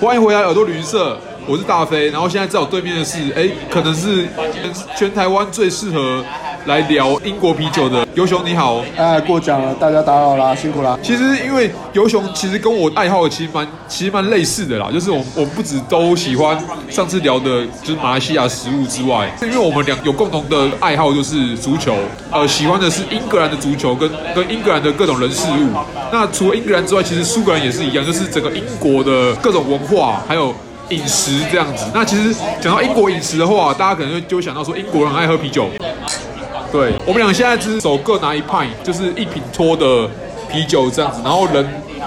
欢迎回来耳朵旅行社，我是大飞。然后现在在我对面的是，哎，可能是全台湾最适合来聊英国啤酒的尤雄，你好。哎，过奖了，大家打扰啦，辛苦啦。其实因为游雄其实跟我爱好其实蛮其实蛮类似的啦，就是我们我们不止都喜欢上次聊的就是马来西亚食物之外，是因为我们俩有共同的爱好就是足球，呃，喜欢的是英格兰的足球跟跟英格兰的各种人事物。那除了英格兰之外，其实苏格兰也是一样，就是整个英国的各种文化还有。饮食这样子，那其实讲到英国饮食的话，大家可能就就会想到说英国人很爱喝啤酒，对，我们俩现在只是手各拿一派，就是一品脱的啤酒这样子，然后人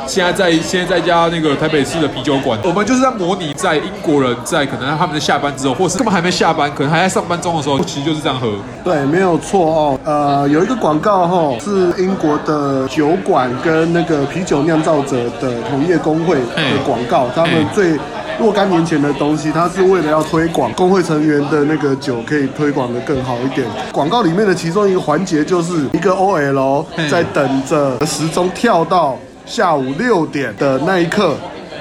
现在在现在在一家那个台北市的啤酒馆，我们就是在模拟在英国人在可能他们在下班之后，或是根本还没下班，可能还在上班中的时候，其实就是这样喝。对，没有错哦。呃，有一个广告哦，是英国的酒馆跟那个啤酒酿造者的同业工会的广告，他们最若干年前的东西，它是为了要推广工会成员的那个酒可以推广的更好一点。广告里面的其中一个环节就是一个 OL 嗯在等着时钟跳到下午六点的那一刻，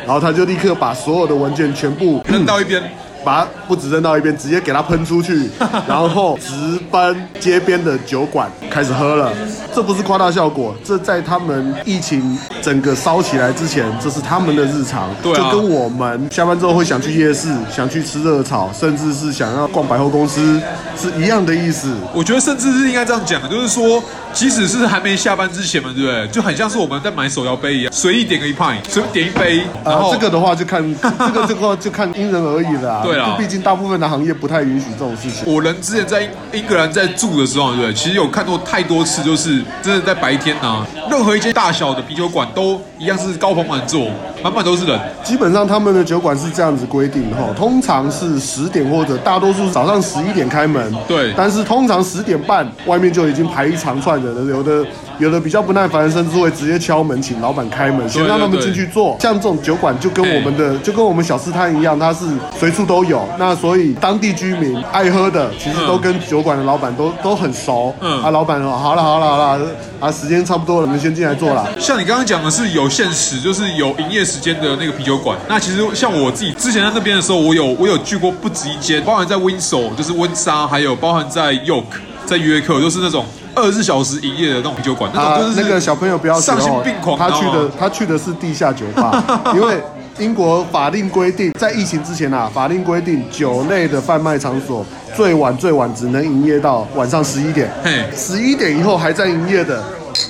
然后他就立刻把所有的文件全部扔嗯到一边，把它不止扔到一边，直接给它喷 出去，然后直奔街边的酒馆开始喝了。这不是夸大效果，这在他们疫情整个烧起来之前，这是他们的日常，对啊就跟我们下班之后会想去夜市，想去吃热炒，甚至是想要逛百货公司是一样的意思。我觉得甚至是应该这样讲，就是说，即使是还没下班之前嘛，对不对？就很像是我们在买手摇杯一样，随意点个一派，随便点一杯，然啊后、，这个的话就看这个这个就看因人而异了啊。对啊毕竟大部分的行业不太允许这种事情。我人之前在英英格兰在住的时候，对不对？其实有看过太多次，就是真的在白天啊，任何一间大小的啤酒馆都一样是高朋满座，满满都是人。基本上他们的酒馆是这样子规定哈，通常是十点或者大多数早上十一点开门，对但是通常十点半外面就已经排一长串人了，有的有的比较不耐烦，甚至会直接敲门请老板开门，先对让他们对哎进去坐。像这种酒馆就跟嘿我们的就跟我们小吃摊一样，它是随处都有。那所以当地居民爱喝的，其实都嗯跟酒馆的老板都都很熟。嗯啊，老板说好了好了好了，啊时间差不多了，你们先进来坐啦。像你刚刚讲的是有限时，就是有营业时间的那个啤酒馆。那其实像我自己之前在那边的时候，我有我有去过不止一间，包含在 Windsor 就是温莎，啊还有包含在 York 在约克，就是那种二十四小时营业的那种啤酒馆，那啊种就，是那个小朋友不要学丧心哦病狂，他你知去道吗的他去的是地下酒吧，因为英国法令规定，在疫情之前啊，法令规定酒类的贩卖场所最晚最晚只能营业到晚上十一点嘿，十一点以后还在营业的。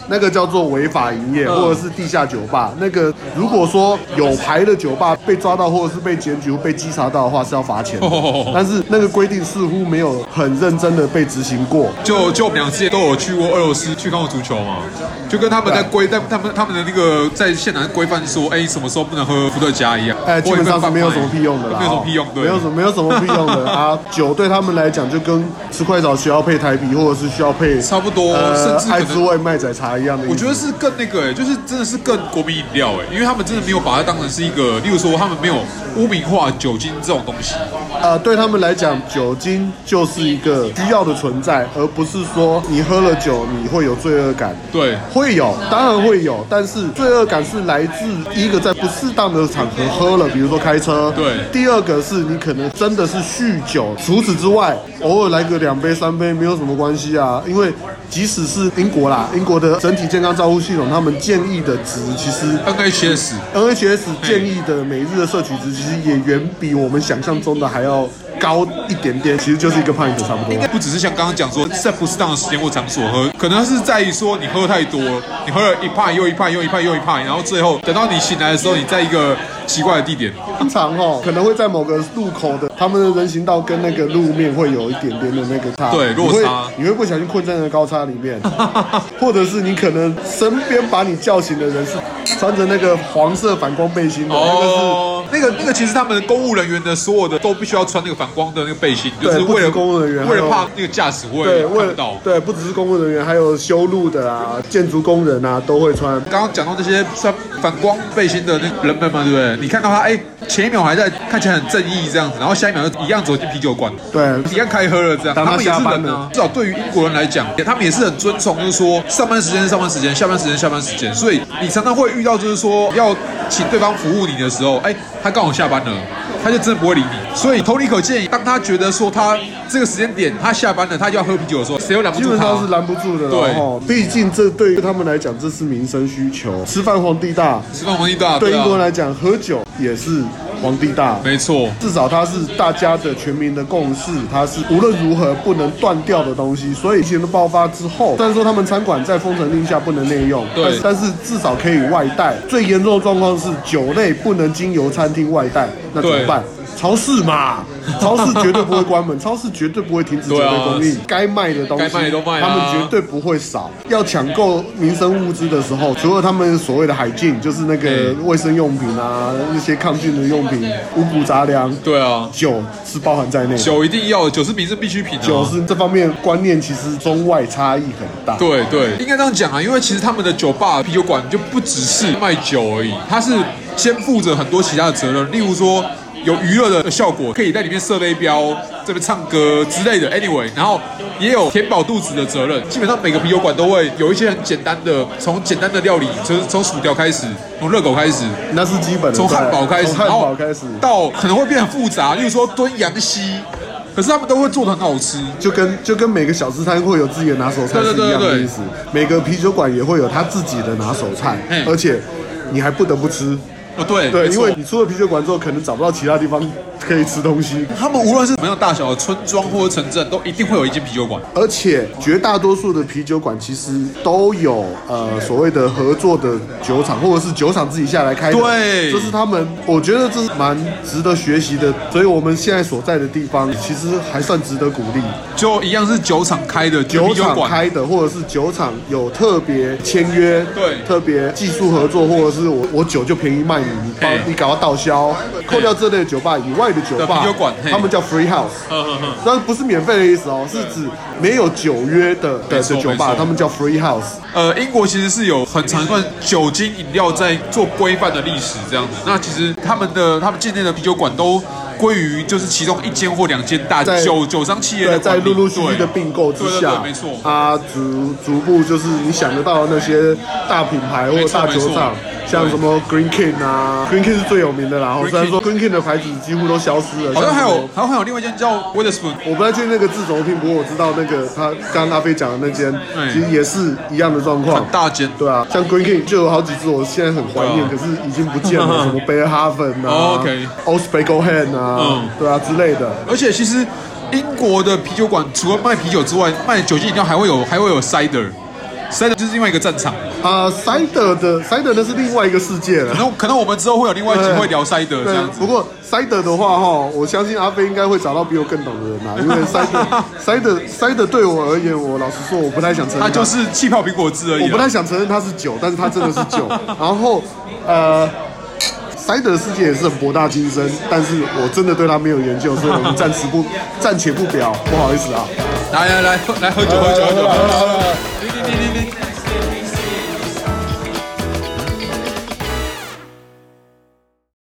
那个叫做违法营业，嗯或者是地下酒吧。那个如果说有牌的酒吧被抓到，或者是被检举、被稽查到的话，是要罚钱的哦。但是那个规定似乎没有很认真的被执行过。就就我们俩之前都有去过俄罗斯去看过足球嘛，就跟他们在规在他们他们的那个在现场规范说，哎，什么时候不能喝伏特加一样，哎，基本上是没有什么屁用的啦，哦没有什么屁用，对，没有什么没有什么屁用的啊。酒对他们来讲，就跟吃快炒需要配台啤，或者是需要配差不多甚呃至可能爱滋味麦仔茶一样的意思。我觉得是更那个、哎，就是真的是更国民饮料哎、因为他们真的没有把它当成是一个，例如说他们没有污名化酒精这种东西，呃，对他们来讲，酒精就是一个需要的存在，而不是说你喝了酒你会有罪恶感。对，会有，当然会有，但是罪恶感是来自一个在不适当的场合喝了，比如说开车。对第二个是你可能真的是酗酒，除此之外，偶尔来个两杯三杯没有什么关系啊，因为即使是英国啦，英国的整体健康照护系统，他们建议的值其实 NHS NHS 建议的每日的摄取值其实也远比我们想象中的还要高一点点，其实就是一个 pint 差不多。不只是像刚刚讲说在不适当的时间或场所喝，可能是在于说你喝太多了，你喝了一派又一派又一派又一派，然后最后等到你醒来的时候，你在一个奇怪的地点，通常哦，可能会在某个路口的他们的人行道跟那个路面会有一点点的那个差，对落差你会，你会不小心困在那个高差里面， 或者是你可能身边把你叫醒的人是穿着那个黄色反光背心的，哦，那个那个其实他们公务人员的所有的都必须要穿那个反光的那个背心，就对是不为止了公务人员为还了有怕那个驾驶那个是位对，为看不了到。对，不只是公务人员，还有修路的啊，建筑工人啊都会穿。刚刚讲到那些穿反光背心的那个人们嘛，对不对？你看到他，哎，前一秒还在看起来很正义这样子，然后下一秒就一样走进啤酒馆，对，一样开喝了这样。当他们也是下班人了啊，至少对于英国人来讲，他们也是很遵从，就是说上班时间是上班时间，下班时间是下班时间。所以你常常会遇到，就是说要请对方服务你的时候，哎，他刚好下班了，他就真的不会理你。所以同理可见，当他觉得说他这个时间点他下班了，他就要喝啤酒的时候，谁又拦不基住本他？上是拦不住的对了哈。毕竟这对于他们来讲，这是民生需求，吃饭皇帝大。吃饭皇帝大，对啊英国人来讲，喝酒也是皇帝大。没错，至少它是大家的全民的共识，它是无论如何不能断掉的东西。所以疫情的爆发之后，虽然说他们餐馆在封城令下不能内用，对但是但是至少可以外带。最严重的状况是酒类不能经由餐厅外带，那怎对么办？超市嘛，超市绝对不会关门，超市绝对不会停止酒对啊类供应，该卖的东西该卖的都卖啊他们绝对不会少。要抢购民生物资的时候，除了他们所谓的海禁，就是那个嗯卫生用品啊，那些抗菌的用品、五谷杂粮，对啊，酒是包含在内，酒酒一定要，酒是民生必需品啊。是这方面观念其实中外差异很大。对对，应该这样讲啊，因为其实他们的酒吧、啤酒馆就不只是卖酒而已，它是肩负着很多其他的责任，例如说有娱乐的效果，可以在里面射飞镖、这边唱歌之类的。Anyway，然后也有填饱肚子的责任。基本上每个啤酒馆都会有一些很简单的，从简单的料理，就是从薯条开始，从热狗开始，那是基本的。从汉堡开始，从汉然堡后开始，到可能会变得很复杂，例如说蹲羊膝，可是他们都会做的很好吃。就跟就跟每个小吃摊会有自己的拿手菜对是对一样对对的意思。每个啤酒馆也会有他自己的拿手菜嗯，而且你还不得不吃。哦，对，对，没因错为你出了啤酒馆之后，可能找不到其他地方可以吃东西，他们无论是什么样大小的村庄或者城镇，都一定会有一间啤酒馆。而且绝大多数的啤酒馆其实都有呃所谓的合作的酒厂，或者是酒厂自己下来开的。对这是他们，我觉得这是蛮值得学习的。所以我们现在所在的地方其实还算值得鼓励，就一样是酒厂开的酒啤酒厂馆，开的，或者是酒厂有特别签约，对特别技术合作，或者是我我酒就便宜卖你，你帮嘿你搞到倒销。扣掉这类的酒吧以外的酒吧，的啤酒馆嘿他们叫 free house。呵呵呵，但不是免费的意思哦，是指没有酒约的没的错的酒没吧错，他们叫 free house。呃，英国其实是有很长一段酒精饮料在做规范的历史这样子。那其实他们的他们境内的啤酒馆都归于就是其中一间或两间大在酒酒商企业对，的在管理陆陆续续的对并购之对对下对，没错它逐逐步就是你想得到的那些大品牌或没者错大酒厂没错，像什么 Green King 啊，Green King 是最有名的啦。然后哦 Green 虽然说 Green King 的牌子几乎都消失了，好像还什有么好像还有另外一间叫 Witherspoon，我不太确定那个字怎么拼，不过我知道那个他刚刚阿飞讲的那间嗯，其实也是一样的状况很。大间。哦对啊，像 Green King 就有好几只，我现在很怀念，可对啊是已经不 见了，什么 Bear Haven 哦啊、 ，OK o s b a g o Hand 啊嗯，对啊之类的。而且其实英国的啤酒馆除了卖啤酒之外，卖酒精饮料还会有还会有 cider。cider 就是另外一个战场，啊，Cider 的 Cider 那是另外一个世界了可。能可能我们之后会有另外一集会聊 cider 这对样，子不。过 Cider 的话哈，我相信阿飞应该会找到比我更懂的人啊啦，因为 Cider Cider Cider 对我而言，我老实说，我不太想承认它它就是气泡苹果汁而已我啦。不太想承认它是酒，但是它真的是酒。然后，呃，cider 的世界也是很博大精深，但是我真的对它没有研究，所以我们暂时不暂且不表，不好意思啊。来来来，来喝酒喝酒喝酒！叮叮叮叮叮。